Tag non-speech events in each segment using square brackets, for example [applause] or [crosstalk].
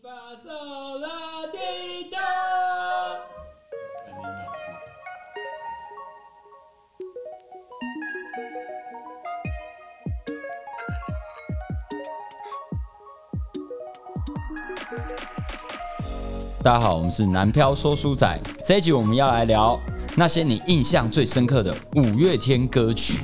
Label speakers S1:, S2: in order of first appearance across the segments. S1: 发售了，叮当。大家好，我们是南漂说书仔。这一集我们要来聊那些你印象最深刻的五月天歌曲。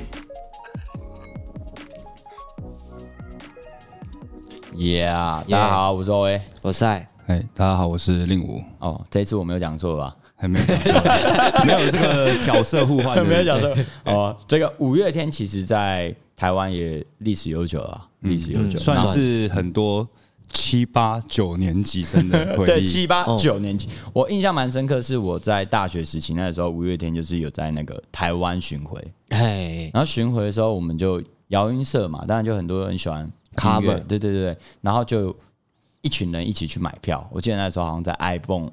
S1: Yeah，大家好，我是 OA。
S2: 我赛，
S3: 哎，大家好，我是令武。
S1: 哦，这一次我没有讲错吧？
S3: 还没有讲错， [laughs] 没有这个角色互
S1: [laughs]
S3: 换的，
S1: 没有讲错。哦，这个五月天其实在台湾也历史悠久啊，历史悠久，
S3: 算 [laughs] 是很多七八九年级生的回
S1: [laughs] 对
S3: 忆。哦
S1: 七八九年级，我印象蛮深刻，是我在大学时期那时候，五月天就是有在那个台湾巡回，
S2: 哎，
S1: 然后巡回的时候我们就摇音社嘛，当然就很多人喜欢音乐
S2: Cover
S1: 对对对对，然后就一群人一起去买票，我记得那时候好像在 iPhone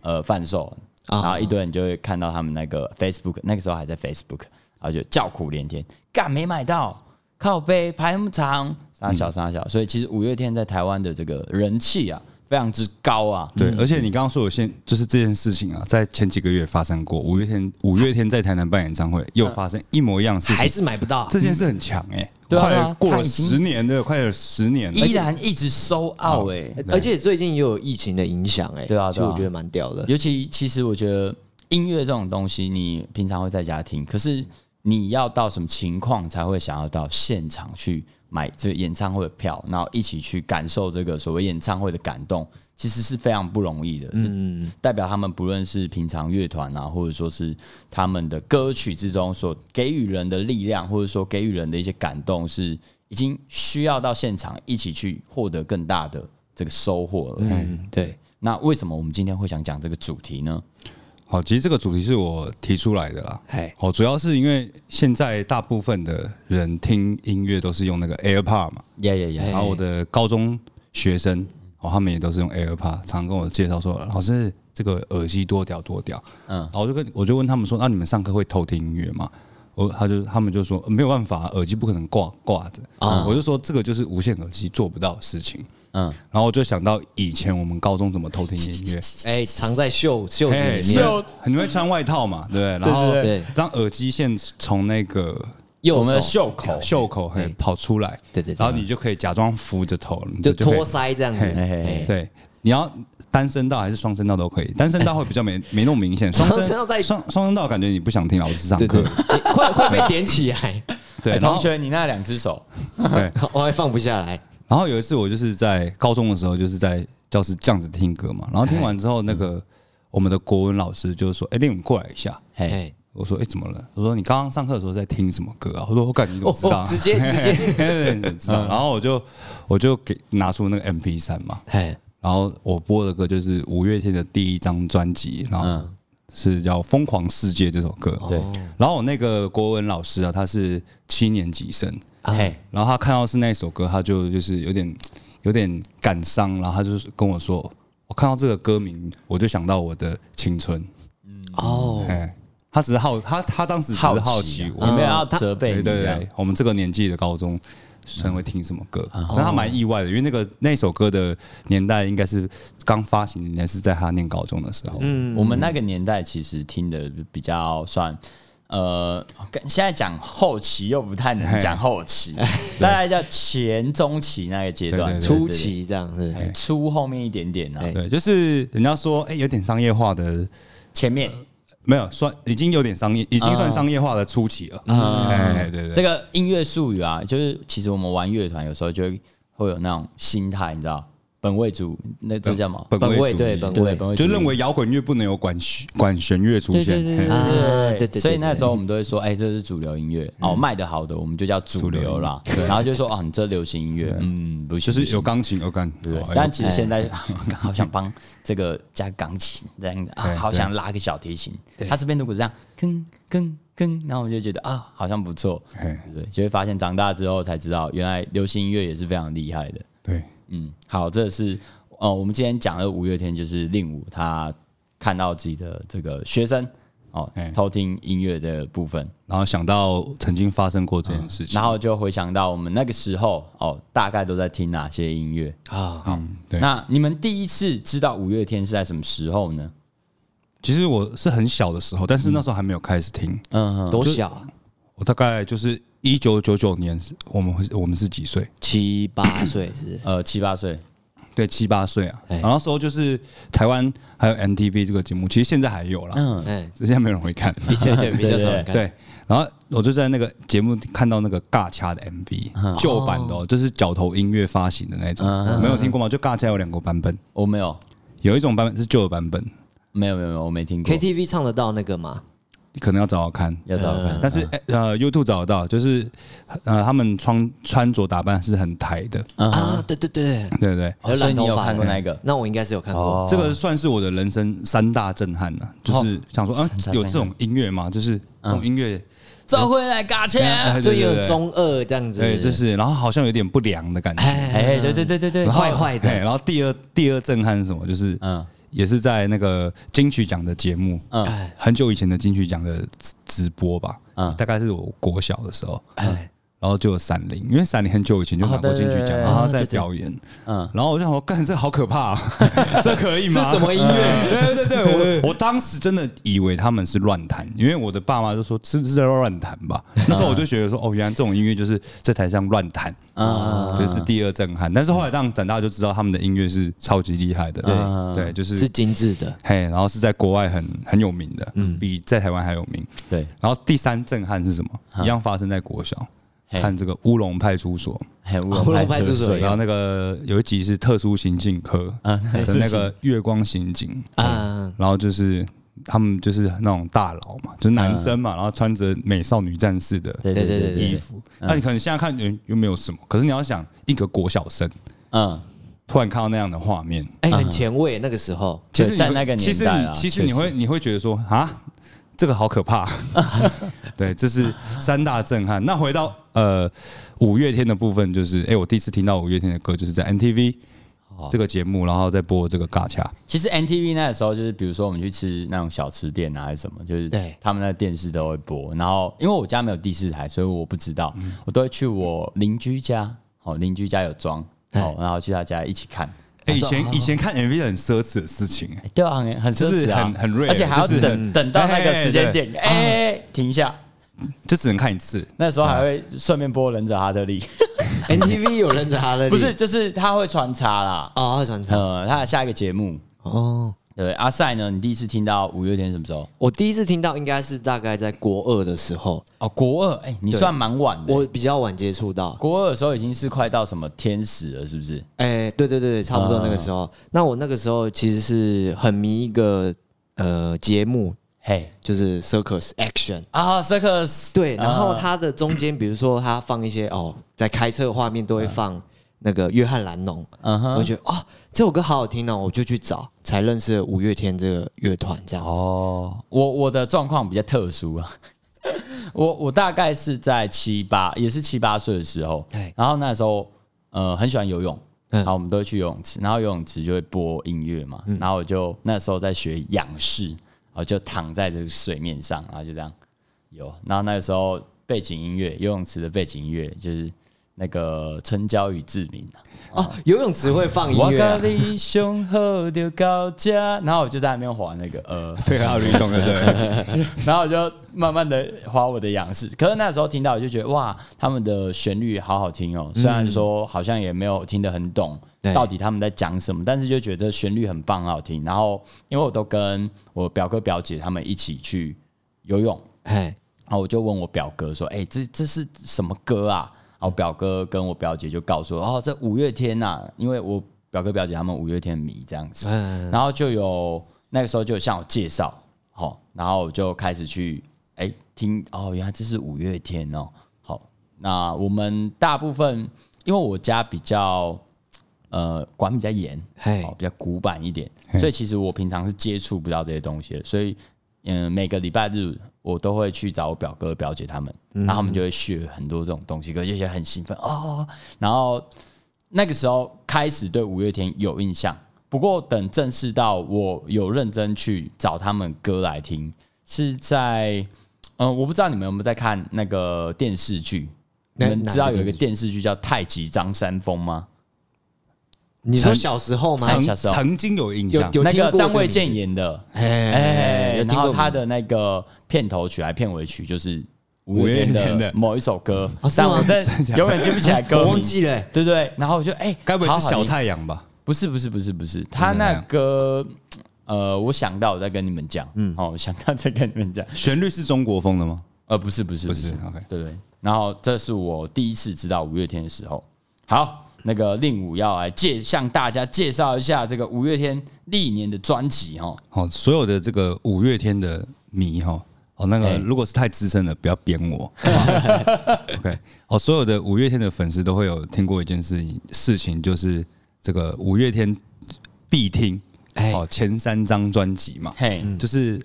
S1: 呃贩售，
S3: 啊
S1: 然后一堆人就会看到他们那个 Facebook，那个时候还在 Facebook，然后就叫苦连天，干没买到，靠背排那么长，傻
S3: 嗯
S1: 小傻小，所以其实五月天在台湾的这个人气啊非常之高啊，
S3: 对，而且你刚刚说有现，就是这件事情啊，在前几个月发生过。五月天，五月天在台南办演唱会，又发生一模一样的事
S2: 还
S3: 情。
S2: 是买不到，
S3: 这件事很强哎，
S1: 对啊
S3: 快
S1: 对啊
S3: 了过
S1: 他
S3: 了
S1: 已经
S3: 十年的，快了十年，
S1: 依然一直收澳哎、
S2: 而且最近又有疫情的影响，哎，
S1: 对啊对啊
S2: 所以我觉得蛮屌的。
S1: 尤其其实我觉得音乐这种东西，你平常会在家听，可是你要到什么情况才会想要到现场去买这个演唱会的票，然后一起去感受这个所谓演唱会的感动，其实是非常不容易的。嗯，代表他们不论是平常乐团啊，或者说是他们的歌曲之中所给予人的力量，或者说给予人的一些感动，是已经需要到现场一起去获得更大的这个收获了。
S2: 嗯，对，
S1: 那为什么我们今天会想讲这个主题呢？
S3: 好，其实这个主题是我提出来的啦。
S2: 哎，
S3: 好，主要是因为现在大部分的人听音乐都是用那个 AirPod 嘛，
S1: 耶耶耶！
S3: 然后我的高中学生哦，他们也都是用 AirPod，常跟我介绍说，老师这个耳机多屌多屌。嗯，然后我就跟我就问他们说，那、你们上课会偷听音乐吗？我他就他们就说、呃没有办法，耳机不可能挂挂着。啊、我就说这个就是无线耳机做不到的事情。
S1: 嗯
S3: 嗯，然后我就想到以前我们高中怎么偷听音乐。
S2: [laughs] 哎，藏在袖袖子
S3: 哎，
S2: 里
S3: 你
S2: 面，
S3: 会你会穿外套嘛？对不对？然后
S2: 对对对
S3: 让耳机线从那个
S2: 右手
S1: 我们的袖口，
S3: 袖口嘿跑出来，
S2: 对对对
S3: 然后你就可以假装扶着头，你
S2: 就
S3: 可以
S2: 托腮这样子，
S3: 嘿
S1: 嘿嘿嘿
S2: 哎
S3: 对，你要单声道还是双声道都可以，单声道会比较
S2: [laughs]
S3: 没没那么明显，双
S2: 双声道在
S3: 声双双声道感觉你不想听老师上
S2: 对对， [laughs]
S3: 课，
S2: 对哎快快被点起来， [laughs]
S3: 对，
S1: 哎
S3: 然
S1: 同
S3: 后
S1: 学，你那两只手，
S3: 对，
S2: 我还放不下来，
S3: 然后有一次我就是在高中的时候，就是在教室这样子听歌嘛，然后听完
S2: 嗯
S3: 之后，那个我们的国文老师就说：“哎，令我们过来一下。”
S1: 嘿，
S2: 哎，
S3: 我说：“哎，怎么了？”我说：“你刚刚上课的时候在听什么歌啊？”我说：“我感觉你怎么知道
S2: 哦
S3: 啊？”
S2: 直接直接，
S3: [laughs] 对，你知道。然后我就我就给拿出那个 MP 三嘛，
S2: [laughs] 哎，
S3: 然后我播的歌就是五月天的第一张专辑，然后是叫《疯狂世界》这首歌。
S1: 对，
S3: 然后我那个国文老师啊，他是七年级生，
S2: 啊
S1: 嘿，
S3: 然后他看到是那首歌，他就就是有点有点感伤，然后他就是跟我说，我看到这个歌名，我就想到我的青春。
S2: 哦，
S3: 哎，他只是好，他他当时只是
S1: 好
S3: 好奇我
S1: 啊有没有要责备
S3: 对
S1: 你
S3: 对
S1: 这样？
S3: 对，我们哎这个年纪的高中生会听什么歌？但他蛮意外的，因为那个那首歌的年代应该是刚发行，应该是在他念高中的时候。嗯，
S1: 我们那个年代其实听的比较算，呃，跟现在讲后期又不太能讲后
S3: [laughs]
S1: 期，大概叫前中期那个阶段，
S3: 对对对
S2: 初期这样子，
S1: 对，对初后面一点点啊，
S2: 哎
S3: 对，就是人家说，哎，有点商业化的，
S1: 前面
S3: 没有算已经有点商业，已经算商业化的初期了。哎，对对
S1: 这
S3: 对，
S1: 个音乐术语啊，就是其实我们玩乐团有时候就会会有那种心态，你知道，本位主那这叫什么？
S3: 本
S2: 本
S3: 位
S2: 位
S3: 主
S2: 对
S3: 义
S2: 本
S1: 对
S2: 位
S1: 本位主
S3: 就
S1: 义
S3: 认为摇滚乐不能有管弦管弦乐出现。哎嘿
S2: 啊
S1: 对
S2: 对对对
S1: 所以那时候我们都会说，哎，这是主流音乐
S3: 嗯
S1: 哦，卖的好的我们就叫主流啦。然后就说，哦，你这流行音乐，嗯，不
S3: 就是是有钢琴有哎干，对
S1: 但其实现在 [laughs] 啊好想帮这个加钢琴这样子啊，好想拉个小提琴。他这边如果这样，跟跟跟，然后我就觉得啊，好像不错，
S3: 哎
S1: 对，就会发现长大之后才知道，原来流行音乐也是非常厉害的。
S3: 对，
S1: 嗯，好，这是哦，我们今天讲的五月天就是令武他看到自己的这个学生哦
S3: 哎，
S1: 偷听音乐的部分，
S3: 然后想到曾经发生过这件事情，
S1: 然后就回想到我们那个时候哦，大概都在听哪些音乐。
S2: 啊，
S3: 嗯，对。
S1: 那你们第一次知道五月天是在什么时候呢？
S3: 其实我是很小的时候，但是那时候还没有开始听，
S1: 嗯哼，？
S2: 多小啊，
S3: 我大概就是一九九九年，我们会我们是几岁？
S2: 七八岁是不是
S1: 呃，七八岁，
S3: 对，七八岁啊。
S2: 哎
S3: 然后那时候就是台湾还有 MTV 这个节目，其实现在还有啦，
S1: 嗯，
S2: 哎，
S3: 只是现在没有人会看。
S2: 比较比较少人看，
S3: 对，然后我就在那个节目看到那个尬掐的 MV，旧版的，哦，就是角头音乐发行的那种，没有听过吗？就尬掐有两个版本，
S1: 我没有，
S3: 有一种版本是旧的版本，
S1: 没有，没有，没有，我没听过。
S2: KTV 唱得到那个吗？
S3: 你可能要找找看。
S1: 要找我看，
S3: 但是呃，YouTube 找得到，就是呃，他们穿穿着打扮是很台的，
S2: 啊，对对对，
S3: 对不对？
S2: 还有
S1: 所以
S2: 染
S1: 你有
S2: 头发
S1: 看过
S2: 的
S1: 那个？
S2: 那我应该是有看
S1: 哦
S2: 过，
S3: 这个算是我的人生三大震撼了、就是想说，啊
S1: 三大震，撼嗯
S3: 有这种音乐吗？就是这种音乐，
S1: 走回来，嘎切。
S3: 哎
S2: 啊就有，
S3: 对对对
S2: 中二这样子，
S3: 对，就是，然后好像有点不良的感觉，
S1: 哎，
S2: 哎，
S1: 对对对对对
S3: 然，后
S2: 坏坏的
S3: 哎然后第二第二震撼是什么？就是
S1: 嗯
S3: 也是在那个金曲奖的节目，
S1: 嗯，
S2: 哎
S3: 很久以前的金曲奖的直直播吧，
S1: 嗯
S3: 大概是我国小的时候，
S2: 哎，
S3: 然后就有闪灵，因为闪灵很久以前就拿过金曲
S1: 哦对
S3: 奖，
S1: 对对
S3: 然后他在
S2: 对对
S3: 表演，
S1: 嗯
S3: 然后我就想说，干这好可怕、啊， [laughs] 这可以吗？
S2: 这什么音乐？
S3: [laughs] 对对对，我我当时真的以为他们是乱弹，因为我的爸妈就说是是在乱弹吧。
S2: 嗯
S3: 那时候我就觉得说，哦，原来这种音乐就是在台上乱弹，哦
S1: 嗯
S3: 就是第二震撼。但是后来这样长大就知道他们的音乐是超级厉害的，
S2: 嗯
S3: 对对，就是是
S2: 精致的，
S3: 嘿，然后是在国外很很有名的，
S2: 嗯
S3: 比在台湾还有名。
S1: 对，
S3: 然后第三震撼是什么？一样发生在国小，
S1: 嘿
S3: 看这个乌龙派出所。
S1: 还有
S2: 啊乌龙派出所
S3: 对，然
S1: 啊
S3: 后那个有一集是特殊行进科
S1: 啊
S3: 的那个月光刑警，
S2: 啊，
S3: 然后就是他们就是那种大佬嘛，就是男生嘛，然后穿着美少女战士的
S1: 对对对
S2: 对
S1: 对
S2: 对
S3: 衣
S1: 对，
S3: 服，那你可能现在看嗯又没有什么，可是你要想一个国小生
S1: 嗯，
S3: 突然看到那样的画面，
S2: 哎，很前卫那个时候，
S3: 其实你会
S1: 在那个
S3: 其
S1: 年
S3: 实
S1: 代
S3: 你
S1: 啊
S3: 其实你会你会觉得说啊，这个好
S1: [laughs]
S3: 可怕，对，这是三大震撼。那回到呃五月天的部分，就是哎、我第一次听到五月天的歌就是在 NTV
S1: 哦
S3: 这个节目，然后再播这个尬掐，
S1: 其实 NTV 那个时候就是，比如说我们去吃那种小吃店啊，还是什么，就是
S2: 对
S1: 他们那电视都会播。然后因为我家没有第四台，所以我不知道，
S3: 嗯
S1: 我都会去我邻居家，哦，邻居家有装，哦，然后去他家一起看。
S3: 哎、以前以前看 MV 是很奢侈的事情、哎
S1: 哦哎对啊，很很奢侈啊，
S3: 就是很很 rare，
S1: 而且还要
S3: 就是
S1: 等、
S3: 很嗯
S1: 等到那个时间点，哎、停一下。
S3: 就只能看一次。
S1: 那时候
S3: 嗯
S1: 还会顺便播《忍者哈特利》，
S3: [laughs]
S2: NTV 有忍者哈勒利，
S1: 不是，就是他会穿插啦，
S2: 哦，二转场
S1: 呃，他的下一个节目，
S2: 哦。
S1: 对，阿赛呢？你第一次听到五月天什么时候？
S2: 我第一次听到应该是大概在国二的时候，
S1: 哦，国二，哎、你
S2: 对
S1: 算蛮晚的、
S2: 我比较晚接触到。
S1: 国二的时候已经是快到什么天使了，是不是？
S2: 哎，对对对对，差不多那个时候。那我那个时候其实是很迷一个呃节目，
S1: 嘿、
S2: 就是 Circus Action。
S1: 啊，Circus，
S2: 对，然
S1: 啊
S2: 后它的中间，比如说它放一些哦，在开车的画面都会放那个约翰兰农，
S1: 嗯
S2: 我就
S1: 哼，
S2: 觉得哦，这首歌好好听哦，我就去找，才认识了五月天这个乐团这样子。
S1: 哦，我我的状况比较特殊啊， [laughs] 我我大概是在七八，也是七八岁的时候
S2: 哎，
S1: 然后那时候呃很喜欢游泳，
S2: 嗯
S1: 然后我们都会去游泳池，然后游泳池就会播音乐嘛，然后我就那时候在学仰视，然后就躺在这个水面上，然后就这样游，然后那时候背景音乐，游泳池的背景音乐就是那个《春娇与志明》啊。
S2: 哦，游泳池会放音
S1: 我
S2: 乐啊、
S1: 甲你上好就到家，然后我就在那边滑那个呃，
S3: 配
S2: 啊
S1: [laughs]
S3: 合奥运动，对不对？
S1: 然后我就慢慢的滑我的仰视。可是那时候听到，我就觉得哇，他们的旋律好好听哦。虽然说好像也没有听得很懂
S2: 对
S1: 到底他们在讲什么，但是就觉得旋律很棒，很好听。然后因为我都跟我表哥表姐他们一起去游泳，
S2: 哎，
S1: 然后我就问我表哥说：“哎、这这是什么歌啊？”然后我表哥跟我表姐就告诉我：“哦，这五月天呐、因为我表哥表姐他们五月天迷这样子。”然后就有那个时候就有向我介绍，好、然后我就开始去哎、听哦，原来这是五月天哦。好，那我们大部分因为我家比较呃管比较严，
S2: 嘿
S1: 哦，比较古板一点，所以其实我平常是接触不到这些东西的，所以嗯，每个礼拜日我都会去找我表哥表姐他们，
S2: 嗯
S1: 然后他们就会学很多这种东西，可是就觉得很兴奋哦。然后那个时候开始对五月天有印象，不过等正式到我有认真去找他们歌来听，是在，嗯，我不知道你们有没有在看那个电视剧。你
S2: 哪
S1: 们知道有一
S2: 哪
S1: 个
S2: 个
S1: 电视剧叫《太极张三丰》吗？
S2: 你说小时候吗？
S1: 三
S3: 曾
S1: 哎小时候
S3: 曾经有印象
S2: 有，有
S1: 那
S2: 听
S1: 个
S2: 过
S1: 张
S2: 这
S1: 卫
S2: 名字
S1: 健演的，
S2: 哎
S1: 哎，
S2: 有
S1: 然
S2: 听
S1: 后
S2: 过
S1: 他
S2: 吗
S1: 的那个片头曲还片尾曲就是
S3: 五
S1: 五
S3: 月
S1: 月
S3: 天
S1: 天
S3: 的
S1: 的某一首歌
S2: 哦，是
S1: 但
S2: 吗
S1: 我 [laughs] 真的永远记不起来歌
S2: 我忘
S1: 名，
S2: 记了欸，
S1: 对对。对然后我就哎，
S3: 该不会
S1: 好
S3: 是
S1: 好
S3: 小
S1: 听
S3: 太阳吧？
S1: 不是不是不是不是，他那个呃，我想到我再跟你们讲，嗯，哦，我想到再跟你们讲，
S3: 旋律是中国风的吗？
S1: 呃，不是不是
S3: 不
S1: 不
S3: 是
S1: 是，
S3: ，OK。
S1: 对对。然后这是我第一次知道五月天的时候。好，那个令武要来介向大家介绍一下这个五月天历年的专辑哦。
S3: 好，所有的这个五月天的迷哈，哦，那个
S1: 哎
S3: 如果是太资深的，不要扁我。好不好 OK，哦，所有的五月天的粉丝都会有听过一件事情，事情就是这个五月天必听
S2: 哎
S3: 哦，前三张专辑嘛，
S1: 嘿，
S3: 就是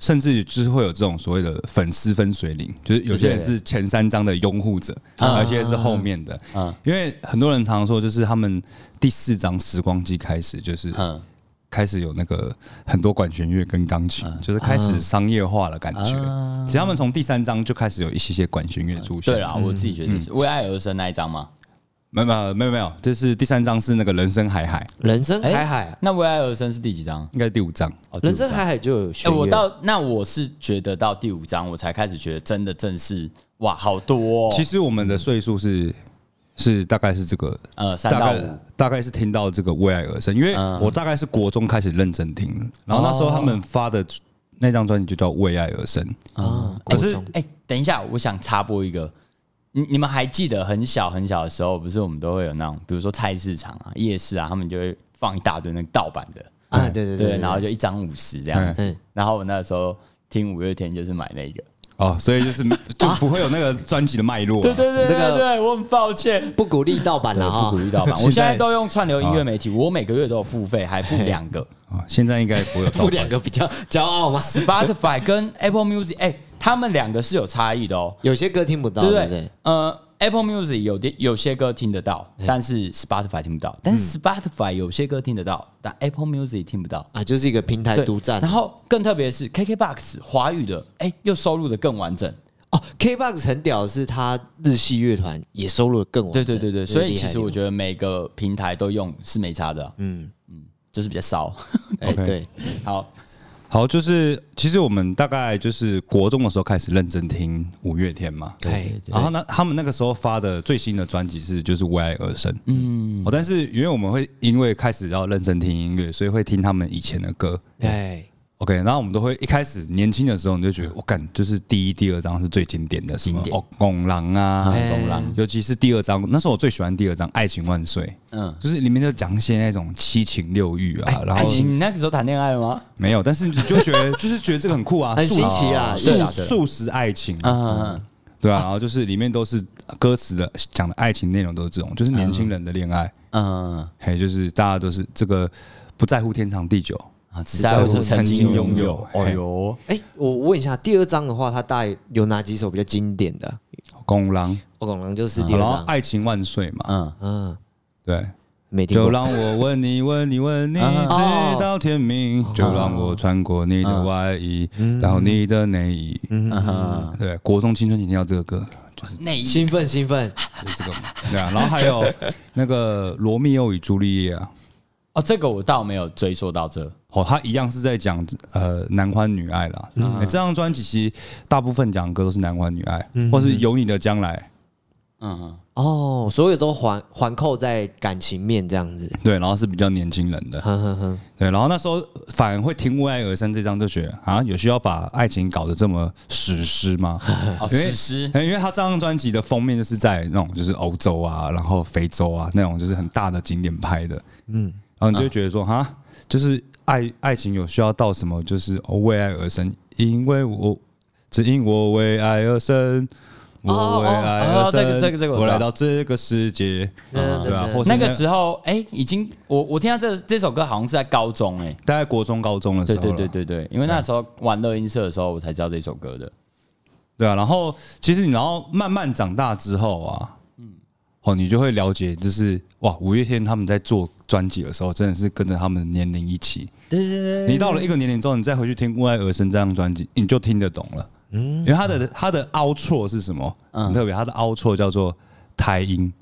S3: 甚至就是会有这种所谓的粉丝分水岭，就是有些人是前三章的拥护者，有些是后面的。嗯，因为很多人常说，就是他们第四张《时光机》开始，就是
S1: 嗯
S3: 开始有那个很多管弦乐跟钢琴，就是开始商业化的感觉。其实他们从第三章就开始有一些些管弦乐出现。
S1: 对啦，我自己觉得是为爱而生那一张嘛。
S3: 没有没有没有没有，就是第三章是那个人生海海，
S2: 人生
S1: 哎
S2: 海海，
S1: 那为爱而生是第几张？
S3: 应该是第五章。
S1: 哦，第五
S2: 人生
S1: 张
S2: 海海就有
S1: 哎、
S2: 弦
S1: 我
S2: 乐
S1: 到那我是觉得到第五章我才开始觉得真的正式哇，好多、哦。
S3: 其实我们的岁数是是大概是这个
S1: 呃，三
S3: 大
S1: 到
S3: 概
S1: 五，
S3: 大概是听到这个为爱而生，因为我大概是国中开始认真听了，然后那时候他们发的那张专辑就叫《为爱而生》，
S2: 啊，
S3: 可是
S2: 国中
S1: 哎、等一下，我想插播一个，你你们还记得很小很小的时候，不是我们都会有那种，比如说菜市场啊、夜市啊，他们就会放一大堆那个盗版的，
S2: 啊，对对对，
S1: 然后就一张五十这样子。
S2: 嗯
S1: 然后我那时候听五月天就是买那个，
S3: 哦，所以就是 [laughs] 就不会有那个专辑的脉络啊。对
S1: 对
S2: 对对
S1: 对，我很抱歉。
S2: 不鼓励盗版了
S1: 不
S2: 啊
S1: 鼓，励盗版，
S3: 现在
S1: 我现在都用串流音乐媒体，我每个月都有付费，还付两
S2: [laughs]
S1: 个
S3: 啊，现在应该 [laughs] 不会有盗
S2: 付
S3: 版
S2: 两。个比较骄傲
S1: [laughs]
S2: 吗？
S1: Spotify 跟 Apple Music，哎、他们两个是有差异的哦。
S2: 有些歌听不到，
S1: 对不对？
S2: 对不嗯对？
S1: 呃，Apple Music 有的有些歌听得到，但是 Spotify 听不到。但
S2: 嗯
S1: 是 Spotify 有些歌听得到，但 Apple Music 听不到。
S2: 啊，就是一个平台
S1: 对
S2: 独占。
S1: 然后更特别的是，KKBox 华语的，哎、又收录的更完整。
S2: 哦，K-box 很屌，是他日系乐团也收录得更完
S1: 对
S2: 整。
S1: 对对对，所以
S2: 厉害
S1: 其实我
S2: 厉
S1: 觉得每个平台都用是没差的、嗯嗯，就是比较少。
S2: 害哎
S3: OK
S2: 对，
S1: [laughs] 好，
S3: 好，就是其实我们大概就是国中的时候开始认真听五月天嘛，
S2: 哎
S3: 然后呢，他们那个时候发的最新的专辑是就是《为爱而生》，嗯，哦，但是因为我们会因为开始要认真听音乐，所以会听他们以前的歌，
S2: 哎，
S3: OK，然后我们都会一开始年轻的时候，你就觉得我感就是第一、第二张是最经典的，什么
S1: 嗯典
S3: 哦，拱狼啊，
S2: 哎
S1: 懂啦。
S3: 尤其是第二张，那时候我最喜欢第二张《爱情万岁》，
S1: 嗯，
S3: 就是里面就讲一些那种七情六欲啊，然
S1: 哎，
S3: 后
S1: 你你那个时候谈恋爱了吗？
S3: 没有，但是你就觉得
S1: [laughs]
S3: 就是觉得这个很酷啊，
S2: 很
S3: 素
S2: 新奇啊
S3: 素
S1: 对啊对啊
S3: 素食爱情，
S1: 嗯，
S3: 对啊，然后就是里面都是呃歌词的讲的爱情内容都是这种，就是年轻人的恋爱，
S2: 呃
S1: 嗯
S3: 还有就是大家都是这个不在乎天长地久，
S1: 啊，只在乎曾经拥有。
S3: 嘿
S1: 哎呦，
S2: 哎，我问一下，第二章的话，它大概有哪几首比较经典的？
S3: 拱狼，
S2: 我可能就是第二
S3: 然后
S2: 章，
S3: 爱情万岁嘛，
S1: 嗯，
S2: 嗯，
S3: 对。
S2: 没听
S3: 就
S2: 过。
S3: 让我问你问你问你，
S1: 啊
S3: 直到天明。
S2: 哦
S3: 就让我穿过你的外衣，
S2: 啊嗯
S3: 然后你的内衣。
S1: 嗯
S3: 对，国中青春期听到这个 [laughs] 歌，
S1: 内衣
S2: 兴奋兴奋，
S3: 就是这个嘛。对啊，然后还
S2: [laughs]
S3: 有那个《罗密欧与朱丽叶》啊，
S1: 哦，这个我倒没有追溯到这。
S3: 哦，他一样是在讲呃男欢女爱啦。
S2: 嗯
S3: 欸这张专辑其实大部分讲的歌都是男欢女爱，
S2: 嗯
S3: 或是有你的将来。
S1: 嗯，
S2: 哦，所有都环环扣在感情面这样子，
S3: 对，然后是比较年轻人的。
S2: 哼哼哼，
S3: 对，然后那时候反而会听《为爱而生》这张，就觉得啊，有需要把爱情搞得这么史诗
S1: [laughs]
S3: 吗？
S1: 哦，
S3: 因为
S1: 史诗，
S3: 因为他这张专辑的封面就是在那种就是欧洲啊，然后非洲啊那种就是很大的景点拍的，嗯，然后你就会觉得说哈，就是爱爱情有需要到什么，就是、哦、为爱而生，因为我只因我为爱而生，我为爱而生，
S1: 哦这个这个这个我知道
S3: 我来到这个世界，
S2: 嗯
S3: 对啊，
S2: 嗯
S3: 或是
S1: 那个时候，哎、已经我我听到这这首歌好像是在高中、哎，
S3: 大概国中高中的时
S1: 对
S3: 候了，
S1: 对对对对，因为那时候玩乐音社的时候，我才知道这首歌的。
S3: 对啊，然后其实你然后慢慢长大之后啊，嗯，哦，你就会了解，就是哇，五月天他们在做专辑的时候，真的是跟着他们的年龄一起。
S1: 对对
S3: 你到了一个年龄之后，你再回去听《为爱而生》这张专辑，你就听得懂了。嗯，因为它的它的凹错是什么？很特别，它的凹错叫做胎音，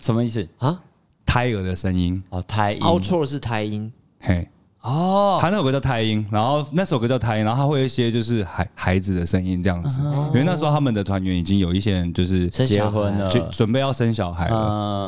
S1: 什么意思？
S2: 啊
S3: 胎儿的声音。
S1: 哦，胎音
S2: ，outro 是胎音，
S3: 嘿，
S1: 哦，
S3: 他那首歌叫胎音，然后那首歌叫胎音，然后他会有一些就是孩孩子的声音这样子。因为那时候他们的团员已经有一些人就是
S2: 生
S1: 结
S2: 小孩
S1: 婚了，
S3: 就准备要生小孩了，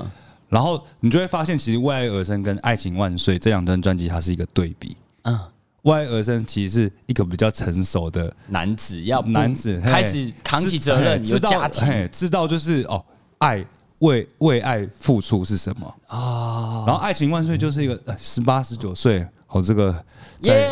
S1: 嗯，
S3: 然后你就会发现，其实《为爱而生》跟《爱情万岁》这两张专辑，它是一个对比。嗯，
S1: 嗯
S3: 《为爱而生》其实是一个比较成熟的
S1: 男子啊要不
S3: 男子，嘿
S1: 开始扛起责任，
S3: 知
S1: 有
S3: 知道
S1: 家庭
S3: 嘿知道就是哦，爱为为爱付出是什么啊？然后《爱情万岁》就是一个呃十八十九岁哦，这个在
S1: 耶，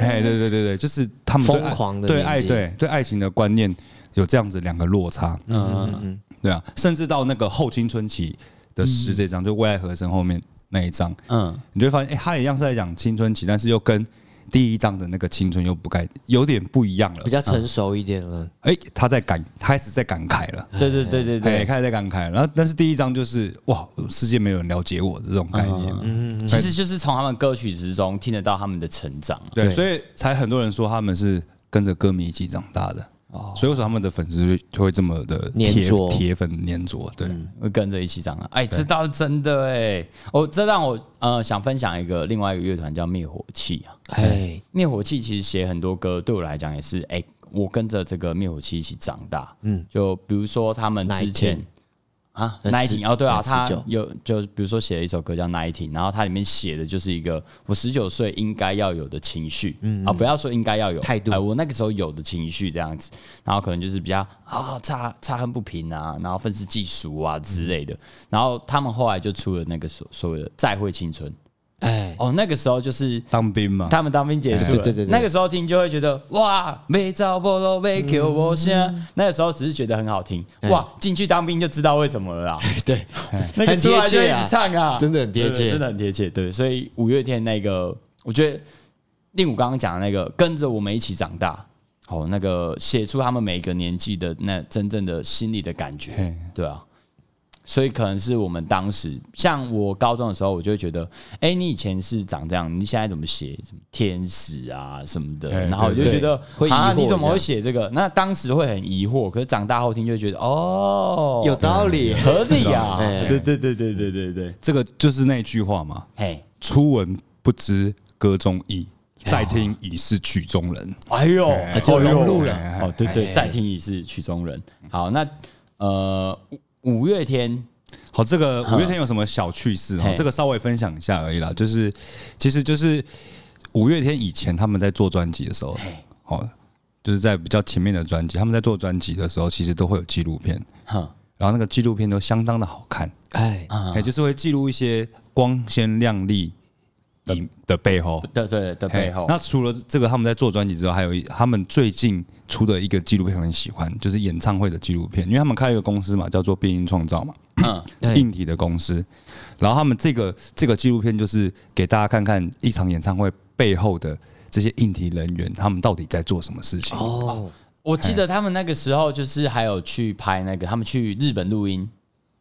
S3: 哎，对对对对，就是他们对爱
S2: 疯狂的
S3: 对
S2: 年
S3: 爱
S2: 纪
S3: 对对爱情的观念有这样子两个落差，
S1: 嗯，
S3: 对啊，甚至到那个后青春期的诗这张，就为爱和声后面那一张，
S1: 嗯，
S3: 你就会发现，哎、他一样是在讲青春期，但是又跟第一章的那个青春又不该有点不一样了
S1: 啊
S2: 比。较成熟一点了。
S3: 哎、他在感，他开始在感慨了，
S1: 对对对对
S3: 哎、
S1: 对，
S3: 开始在感慨。然后，但是第一章就是哇，世界没有人了解我的这种概念。
S1: 其实就是从他们歌曲之中听得到他们的成长啊。
S3: 对，
S2: 对
S3: 所以才很多人说他们是跟着歌迷一起长大的。所以为什么他们的粉丝就就会这么的
S2: 粘
S3: 铁
S2: 着
S3: 铁粉粘着？对，
S1: 会跟着一起长大。哎，这倒是真的哎，哦，这让我呃想分享一个另外一个乐团叫灭火器啊。
S2: 哎，
S1: 灭火器其实写很多歌，对我来讲也是哎、我跟着这个灭火器一起长大。嗯，就比如说他们之前啊
S2: 呃
S1: ，nineteen
S2: 十
S1: 哦，对啊，
S2: 呃
S1: 他
S2: 19
S1: 有就比如说写了一首歌叫 nineteen，然后它里面写的就是一个我十九岁应该要有的情绪，啊，不要说应该要有
S2: 嗯态度
S1: 哎我那个时候有的情绪这样子，然后可能就是比较啊差差恨不平啊，然后愤世嫉俗啊之类
S2: 嗯
S1: 的，然后他们后来就出了那个所所谓的再会青春，
S2: 哎，
S1: 哦，那个时候就是
S3: 当兵嘛，
S1: 他们当兵结束了，
S2: 对对对对对
S1: 那个时候听就会觉得哇，没找不喽，没求我
S2: 嗯
S1: 声，那个时候只是觉得很好听，
S2: 哎
S1: 哇，进去当兵就知道为什么了啦，
S2: 对，
S1: 那个出来就一直唱啊，
S2: 真的很贴
S1: 对
S2: 切
S1: 真的很贴切，对，所以五月天那个，我觉得令武刚刚讲的那个跟着我们一起长大，哦，那个写出他们每个年纪的那真正的心里的感觉，
S3: 嘿
S1: 对啊，所以可能是我们当时，像我高中的时候，我就会觉得，哎、你以前是长这样，你现在怎么写什么天使啊什么的，
S3: 哎
S1: 然后我就
S3: 对
S1: 觉得
S2: 会疑
S1: 啊，
S2: 惑
S1: 你怎
S2: 一
S1: 么
S2: 下
S1: 会写这个？那当时会很疑惑，可是长大后听就会觉得，哦，
S2: 有道理。
S1: 合理呀、啊，
S2: 哎
S1: 对对对对对对对，
S3: 这个就是那句话嘛，
S1: 嘿，
S3: 初闻不知歌中意，再听已是曲中人。
S1: 哎呦，
S2: 就融入
S3: 了
S1: 哦，对对，
S2: 哎
S1: 再听一次曲中人。好，那呃，五五月天，
S3: 好，这个五月天有什么小趣事哦
S1: 嘿？
S3: 这个稍微分享一下而已啦。就是，其实就是五月天以前他们在做专辑的时候，哦，就是在比较前面的专辑，他们在做专辑的时候，其实都会有纪录片，
S1: 哼，
S3: 然后那个纪录片都相当的好看，
S2: 哎，
S1: 啊
S3: 也就是会记录一些光鲜亮丽影的背后。
S1: 对对的
S3: 嘿
S1: 背后，
S3: 那除了这个，他们在做专辑之后，还有一他们最近出的一个纪录片，我很喜欢，就是演唱会的纪录片，因为他们开了一个公司嘛，叫做变音创造嘛，
S1: 嗯，
S2: 对
S3: 硬体的公司。然后他们这个这个纪录片就是给大家看看一场演唱会背后的这些硬体人员，他们到底在做什么事情。
S2: 哦，
S1: 我记得他们那个时候就是还有去拍那个他们去日本录音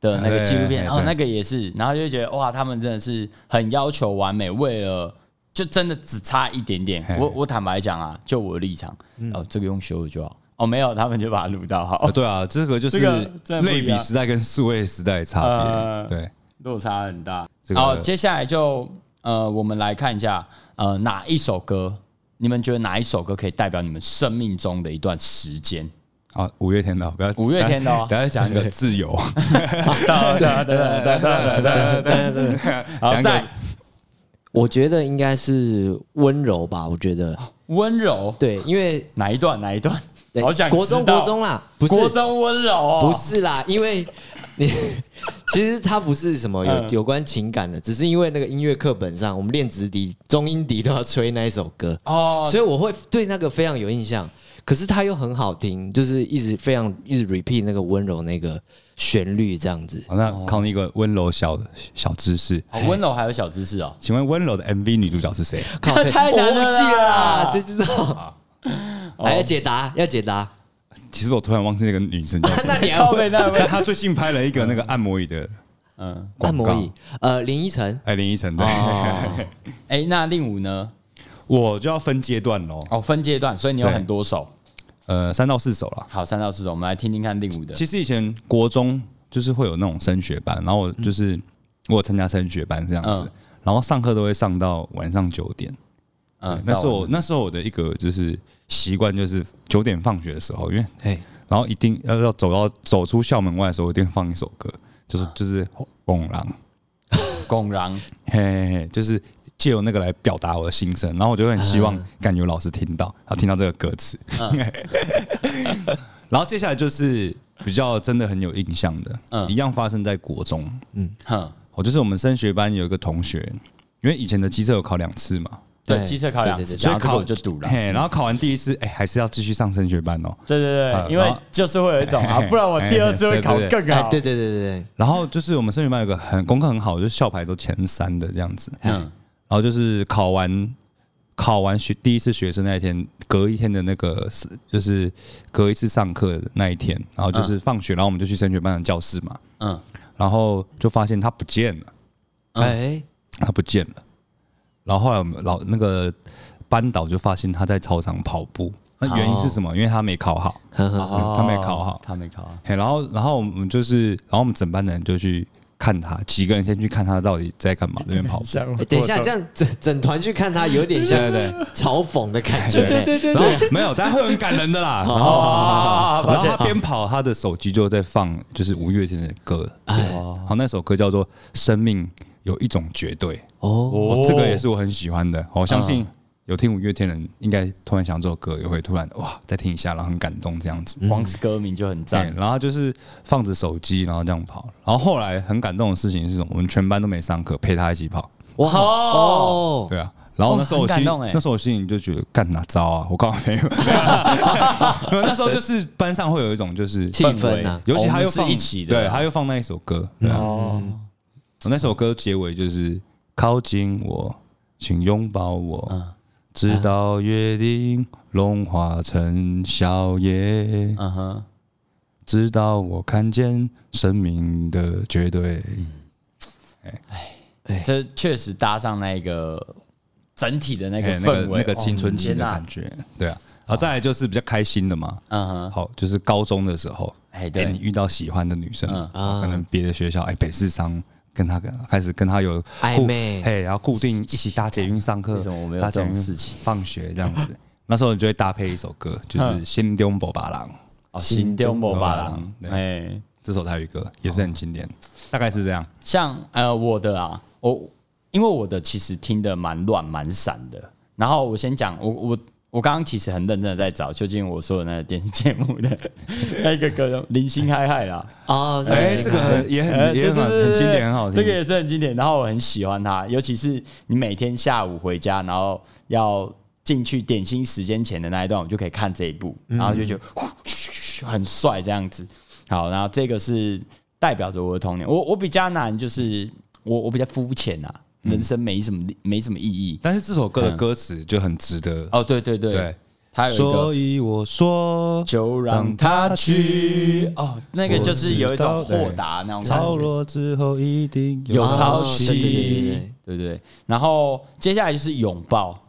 S1: 的那个纪录片，
S3: 对
S1: 然后
S3: 对
S1: 那个也是，然后就觉得哇，他们真的是很要求完美，为了就真的只差一点点。我我坦白讲啊，就我的立场，哦，这个用修的就好。哦，没有，他们就把它录到好
S3: 啊，，对啊，这个就是
S1: 这个真的不一
S3: 类
S1: 样
S3: 比时代跟数位时代的差别。
S1: 呃
S3: 对，
S1: 落差很大。
S3: 这个
S1: 好，接下来就呃，我们来看一下呃哪一首歌，你们觉得哪一首歌可以代表你们生命中的一段时间？
S3: 啊，五月天的不要，
S1: 五月天的哦
S3: 等一下讲一个
S1: [laughs]
S3: 自由，
S1: 哒哒哒哒哒哒哒哒好，
S3: 讲一个
S1: 再
S2: 我觉得应该是温柔吧，我觉得
S1: 温柔。
S2: 对，因为
S1: 哪一段？哪一段？
S2: 对
S1: 哦好想
S2: 国中
S1: 知道
S2: 国中啦，不是
S1: 国中温柔、哦，
S2: 不是啦，因为你 [laughs] 其实它不是什么有
S1: 嗯
S2: 有关情感的，只是因为那个音乐课本上，我们练直笛、中音笛都要吹那一首歌，
S1: 哦，
S2: 所以我会对那个非常有印象。可是它又很好听，就是一直非常一直 repeat 那个温柔那个旋律这样子。
S3: 好，那考你一个温柔小小知识，
S1: 好温柔还有小知识
S3: [laughs]
S1: 哦。
S3: 请问温柔的 MV 女主角是谁？
S2: 靠谁
S1: 太难了哦
S2: 我忘记了
S1: 啦
S2: 啦，谁知道？还要解答，要解答。
S3: 其实我突然忘记那个女生叫什么，
S2: 那你
S1: [laughs]
S2: 要
S1: 靠背 [laughs] 那位 [laughs]
S3: 但她最近拍了一个那个按摩椅的，
S1: 嗯，
S2: 按
S3: 广告
S2: 摩椅，呃，林依晨，
S3: 哎，林依晨对，
S2: 哦，
S1: 哎、那令武呢？
S3: [laughs] 我就要分阶段喽，
S1: 哦，分阶段，所以你有
S3: 对
S1: 很多首。
S3: 呃，三到四首啦。
S1: 好，三到四首，我们来听听看令武的。
S3: 其实以前国中就是会有那种升学班，然后我就是我有参加升学班这样子
S1: 嗯，
S3: 然后上课都会上到晚上九点。
S1: 嗯，
S3: 那是
S1: 到
S3: 我那时候我的一个就是习惯，就是九点放学的时候，因为
S2: 哎，
S3: 然后一定要要走到走出校门外的时候，我一定放一首歌，
S1: 啊
S3: 就是就是《红狼》，
S1: 拱狼，
S3: 嘿嘿嘿，就是借由那个来表达我的心声，然后我就很希望
S1: 啊
S3: 感觉老师听到，然后听到这个歌词， [laughs] 然后接下来就是比较真的很有印象的，
S1: 嗯
S3: 一样发生在国中，
S1: 哼，
S3: 我就是我们升学班有一个同学，因为以前的机测有考两次嘛，
S1: 对，
S2: 对
S1: 机车考
S2: 对
S1: 两
S2: 对
S1: 次，
S2: 对
S1: 然后这个
S3: 考
S1: 我就赌了。
S3: 嘿，然后考完第一次，哎、还是要继续上升学班哦。
S1: 对对
S3: 好
S1: 对，因为
S3: 然后
S1: 就是会有
S3: [laughs]
S1: 一种啊，不然我第二次会考
S3: 对对
S1: 更
S2: 哎
S1: 好。
S2: 对对对对对，
S3: 然后就是我们升学班有个很功课很好，就是校排都前三的这样子。然
S1: 嗯，
S3: 后就是考完考完学第一次学生那一天，隔一天的那个是就是隔一次上课的那一天，然后就是放学，然后我们就去升学班的教室嘛，
S1: 嗯，
S3: 然后就发现他不见了，
S2: 哎，
S3: 他不见了。然后后来我们老那个班导就发现他在操场跑步，那原因是什么？因为他没考好。
S2: 呵呵，
S1: 哦
S3: 他没考好
S1: 他没考啊好。
S3: 嘿，然后然后我们就是，然后我们整班的人就去看他，几个人先去看他到底在干嘛，那边跑步。
S1: 像我
S2: 哎等一下，这样整整团去看他，有点像
S3: 对对
S2: 嘲讽的感觉，对对对，
S3: 哎然后没有，但会很感人
S2: [laughs]
S3: 的啦。然后
S1: 哦，
S3: 然后他边跑，他的手机就在放就是五月天的歌，
S2: 哎
S3: 然后那首歌叫做《生命有一种绝对》，
S2: 哦，
S3: 哦，这个也是我很喜欢的。哦我相
S2: 嗯
S3: 信有听五月天的人，应该突然想这首歌，也会突然哇再听一下，然后很感动这样子。
S2: 嗯
S1: 光是歌名就很
S3: 对，
S1: 赞。
S3: 然后他就是放着手机，然后这样跑。然后后来很感动的事情是什么？我们全班都没上课，陪他一起跑。
S2: 哇哦，
S3: 对啊，然后那时候
S1: 哦
S3: 我
S1: 很感
S3: 心里、
S1: 动欸
S3: 那时候我心里就觉得干哪招啊，我刚好
S1: [laughs]
S3: 没有，没有那时候就是班上会有一种就是，
S2: 气氛
S1: 氛
S2: 呐
S1: 围，
S3: 尤其他又
S1: 哦我们
S3: 放
S1: 是一起的
S3: 对，他又放那一首歌，对啊，
S1: 哦，
S3: 我那首歌结尾就是靠近我，请拥抱我，
S1: 嗯
S3: 直到约定融化成笑靥，
S1: 嗯哼，
S3: 直到我看见生命的绝对。
S1: 这确实搭上那个整体的那
S3: 嘿
S1: 个
S3: 那个
S1: 氛围，
S3: 那个青春期的
S1: 哦
S3: 感。觉，对啊，然后再来就是比较开心的嘛，
S1: 天哪嗯哼，
S3: 好，就是高中的时候，
S1: 哎，
S3: 哎、你
S1: 对，
S3: 遇到喜欢的女生，
S1: 嗯
S3: 啊可能别的学校，哎、北市商跟她跟开始跟她有固
S2: 暧昧
S3: 哎，然后固定一起搭捷运上课，
S1: 为什么我没有
S3: 搭捷运
S1: 这种事情
S3: 放学这样子， [laughs] 那时候你就会搭配一首
S1: [laughs]
S3: 歌，就是
S1: 嗯
S3: 《心中波巴郎》
S1: 哦，心丢某把郎
S3: 心，中某
S1: 哎，
S3: 这首台语歌，也是很经典，
S1: 哦
S3: 大概是这样。
S1: 像呃我的啊，我因为我的其实听的蛮乱蛮散的。然后我先讲，我我我刚刚其实很认真的在找，究竟我说的那个电视节目的 [laughs] 那一个歌叫《零星嗨嗨》啦，
S2: 哦，是
S3: 哎、
S2: 林
S3: 这
S2: 心
S3: 个
S2: 如
S3: 很也很、
S1: 呃
S3: 也
S1: 对对
S3: 很
S1: 对
S3: 很
S1: 对
S3: 经
S1: 对
S3: 典，很好听。
S1: 这个也是很经典。然后我很喜欢它，尤其是你每天下午回家，然后要进去点心时间前的那一段，我们就可以看这一部，然后就觉得呼咻咻咻很帅这样子。好，然后这个是代表着我的童年。我我比较难，就是我我比较肤浅啊，人生没什么没什么意义。
S3: 但是这首歌的歌词就很值得。
S1: 嗯哦，对对对
S3: 对，
S1: 它有一个
S3: 所以我说，
S1: 就让他去哦，那个就是有一种豁达那种感
S3: 潮
S1: 觉。
S3: 落之后一定
S1: 有
S3: 有
S1: 抄
S2: 哦对对对对
S1: 袭
S2: 对，
S1: 对不对？然后接下来就是拥抱，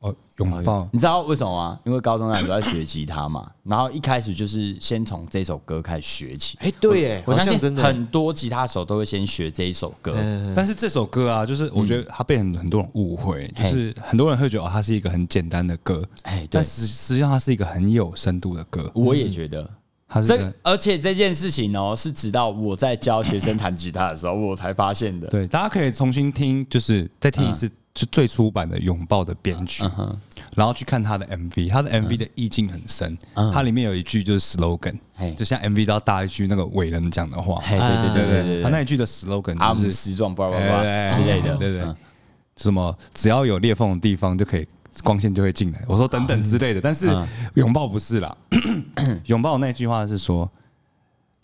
S3: 哦拥抱。
S1: 你知道为什么吗？因为高中那时候在学吉他嘛， [laughs] 然后一开始就是先从这首歌开始学起。
S2: 哎，对耶，
S1: 我
S2: 好
S1: 相
S2: 像
S1: 信
S2: 真的，
S1: 很多吉他手都会先学这一首歌，
S2: 嗯，
S3: 但是这首歌啊，就是我觉得它被很很多人误会，就
S1: 嘿
S3: 是很多人会觉得哦，它是一个很简单的歌，
S1: 哎嗯对
S3: 但实实际上它是一个很有深度的歌，
S1: 我也觉得。
S3: 它是一
S1: 这
S3: 个
S1: 个而且这件事情哦，是直到我在教学生弹吉他的时候，我才发现的。
S3: 对，大家可以重新听，就是再听一
S1: 嗯
S3: 次，就最初版的《拥抱》的编曲，然后去看它的 MV，它的
S1: 嗯
S3: MV 的意境很深，它里面有一句就是 slogan，
S1: 嘿
S3: 就像 MV 都要搭一句那个伟人讲的话，
S1: 哎，对对对对对啊
S3: 它
S1: 对，
S3: 那一句的 slogan
S1: 阿
S3: 就
S1: 姆
S3: 是
S1: 斯壮，叭叭
S3: 哎
S1: 叭之类的，
S3: 对对
S1: 嗯，
S3: 什么只要有裂缝的地方就可以光线就会进来，我说等等之类的，但是拥抱不是啦， [clears throat] 拥抱那句话是说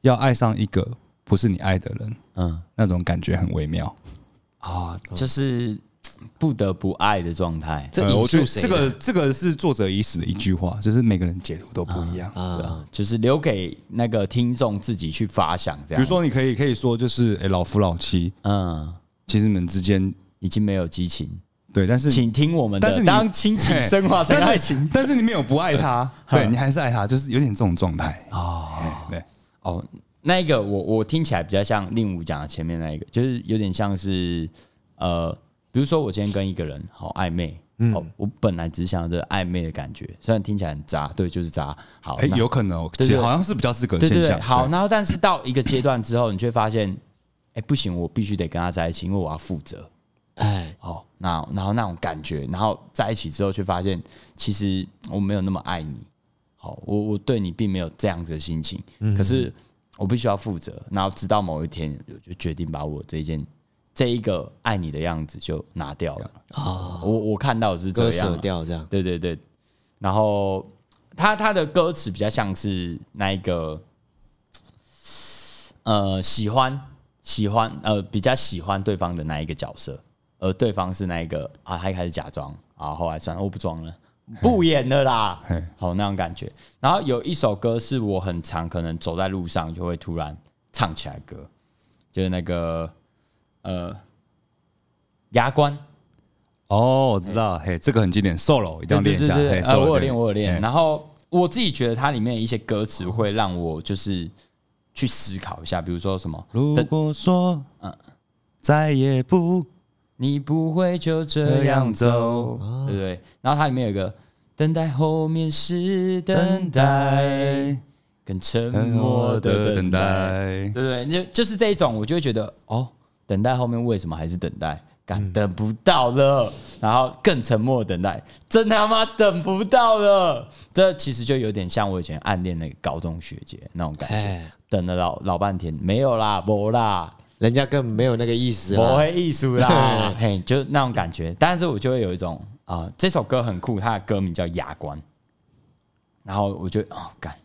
S3: 要爱上一个不是你爱的人，
S1: 嗯
S3: 那种感觉很微妙，
S1: 啊，就是不得不爱的状态。
S2: 这
S3: 呃我
S2: 引
S3: 觉
S2: 述
S3: 得
S2: 谁
S3: 这
S2: 的？
S3: 个这个是作者已死的一句话，就是每个人解读都不一样。
S1: 对啊，就是留给那个听众自己去发想，这
S3: 比
S1: 样。
S3: 如，说，你可以可以说就是，哎、老夫老妻，
S1: 嗯，
S3: 其实你们之间
S1: 已经没有激情，
S3: 对，但是
S1: 请听我们
S3: 但是
S1: 的。
S3: 你
S1: 当亲情升华成爱情，
S3: [laughs] 但是你没有不爱
S1: [laughs]
S3: 他，对你还是爱他，就是有点这种状态啊。对，
S1: 哦，那一个我我听起来比较像令武讲的前面那一个，就是有点像是呃，比如说我今天跟一个人好暧昧，嗯、哦，我本来只想要这个暧昧的感觉，虽然听起来很渣，对，就是渣。好，
S3: 哎、
S1: 那
S3: 有可能、哦，
S1: 对
S3: 其
S1: 对
S3: 实好像是比较是个
S1: 对
S3: 现
S1: 对对，
S3: 象。
S1: 好，然后但是到一个阶段之后，你却发现，哎、不行，我必须得跟他在一起，因为我要负责。
S2: 哎，
S1: 哦，那然后那种感觉，然后在一起之后，却发现其实我没有那么爱你。好，我我对你并没有这样子的心情，
S2: 嗯
S1: 可是我必须要负责。然后直到某一天，我就决定把我这一件这一个爱你的样子就拿掉了。啊，我我看到的是这
S2: 哦割
S1: 样
S2: 舍
S1: 啊，
S2: 掉这样。
S1: 对对对。然后他他的歌词比较像是那一个，呃，喜欢喜欢呃，比较喜欢对方的那一个角色，而对方是那一个啊，他一开始假装啊，后来算了我不装了，不演了啦
S3: 嘿，
S1: 好那种感觉。然后有一首歌是我很常可能走在路上就会突然唱起来的歌，就是那个呃，牙关。
S3: 哦，我知道，嘿，这个很经典，solo 一定要
S1: 对
S3: 练一
S1: 对
S3: 下。
S1: 对对，
S3: 嘿
S1: 呃，
S3: ，solo
S1: 我有
S3: 对
S1: 练，我有练。
S3: 嘿
S1: 然后我自己觉得它里面的一些歌词会让我就是去思考一下，比如说什么，
S3: 如果说，再也不
S1: 你不会就这样走，
S3: 嗯
S1: 对不对？然后它里面有一个等待后面是等待，跟沉默的
S3: 我的
S1: 等
S3: 等
S1: 待，
S3: 待哎
S1: 对，不对？就就是这一种，我就会觉得哦，等待后面为什么还是等待？感等不到了，然后更沉默地等待，真他妈等不到了。这其实就有点像我以前暗恋那个高中学姐那种感觉，
S2: 哎，
S1: 等了老老半天，没有啦，没啦，
S2: 人家根本没有那个意思
S1: 我
S2: 啦。
S1: 会艺术啦，嘿，就那种感觉。但是我就会有一种啊、这首歌很酷，它的歌名叫《牙关》，然后我就哦，干，
S3: 欸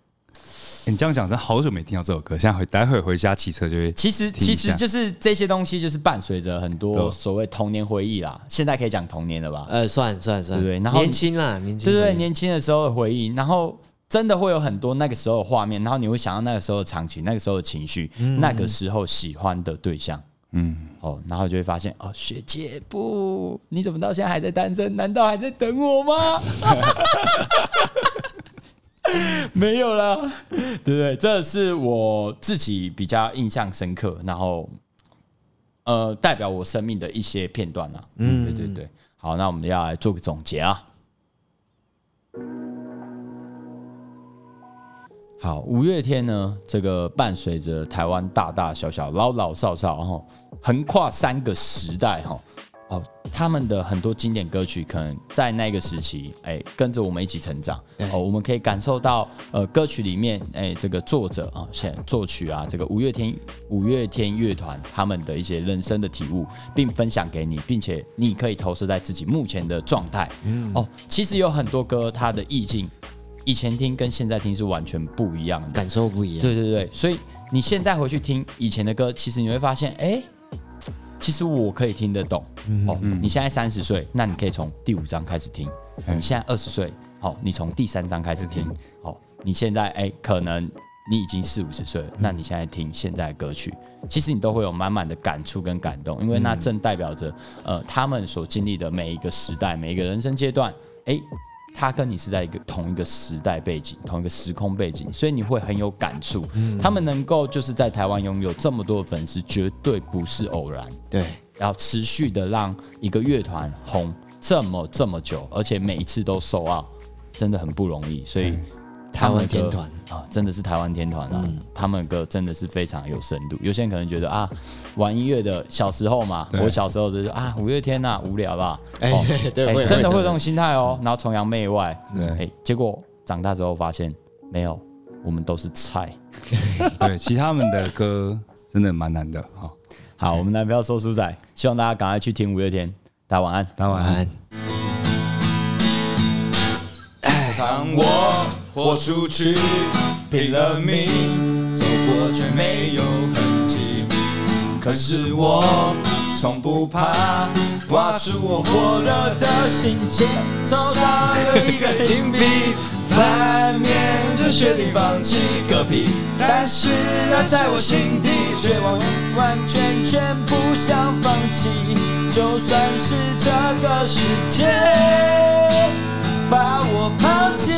S3: 你这样讲，真好久没听到这首歌。现在回待会回家骑车就会
S1: 其实
S3: 听
S1: 其
S3: 一
S1: 实
S3: 下
S1: 就是这些东西，就是伴随着很多
S3: 对
S1: 所谓童年回忆啦。现在可以讲童年了吧？
S2: 呃，算算算，
S1: 对然后
S2: 年轻啦，年轻，
S1: 对对，，年轻的时候的回忆，然后真的会有很多那个时候的画面，然后你会想到那个时候的场景、那个时候的情绪、那个时候喜欢的对象。嗯，哦，然后就会发现，哦，学姐不，你怎么到现在还在单身？难道还在等我 [laughs] 吗？没有啦，对不对？这是我自己比较印象深刻，然后呃，代表我生命的一些片段啊。嗯，对对对。好，那我们要来做个总结啊。好，五月天呢，这个伴随着台湾大大小小、老老少少，哈，横跨三个时代，哈，哦，他们的很多经典歌曲，可能在那个时期，哎、跟着我们一起成长，哦，我们可以感受到，呃，歌曲里面，哎、这个作者啊，写、作曲啊，这个五月天五月天乐团他们的一些人生的体悟，并分享给你，并且你可以投射在自己目前的状态，哦，其实有很多歌，它的意境。以前听跟现在听是完全不一样的，
S2: 感受不一样。嗯
S1: 对对对，所以你现在回去听以前的歌，其实你会发现，哎、其实我可以听得懂。
S2: 嗯
S1: 哦，你现在三十岁，那你可以从第五章开始听；哦
S2: 嗯
S1: 你现在二十岁，好、你从第三章开始听。哦，你现在哎、可能你已经四五十岁
S2: 嗯
S1: 了，那你现在听现在的歌曲，其实你都会有满满的感触跟感动，因为
S2: 嗯
S1: 那正代表着呃他们所经历的每一个时代、每一个人生阶段，哎、他跟你是在一个同一个时代背景、同一个时空背景，所以你会很有感触。他们能够就是在台湾拥有这么多的粉丝，绝对不是偶然。
S2: 对，
S1: 然后持续的让一个乐团红这么这么久，而且每一次都收奥，真的很不容易。所以他们的
S2: 台湾天团
S1: 啊，真的是台湾天团啊，他们的歌真的是非常有深度。有些人可能觉得啊，玩音乐的小时候嘛，
S3: 对
S1: 我小时候就是啊，五月天呐、无聊吧，
S2: 哎
S1: 哦
S2: 对对
S1: 哎
S2: 会
S1: 真的
S2: 会嗯
S1: 会有这种心态哦，然后崇洋媚外，
S3: 对
S1: 哎，结果长大之后发现没有，我们都是菜。
S3: 对，其他们的歌真的蛮难的。好，
S1: 好，我们男票说书仔，希望大家赶快去听五月天，大家晚安。
S3: 大家晚安。
S2: 安。
S3: 让我豁出去，拼了命，走过却没有痕迹。可是我从不怕，挖出我火热的心情，手上有一个硬币，反面就决定放弃嗝屁，但是它在我心底，绝望完全全不想放弃，就算是这个世界把我抛弃，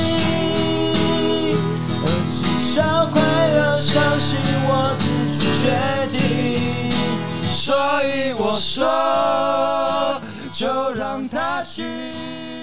S3: 呃至少快乐伤心我自己决定，所以我说，就让它去。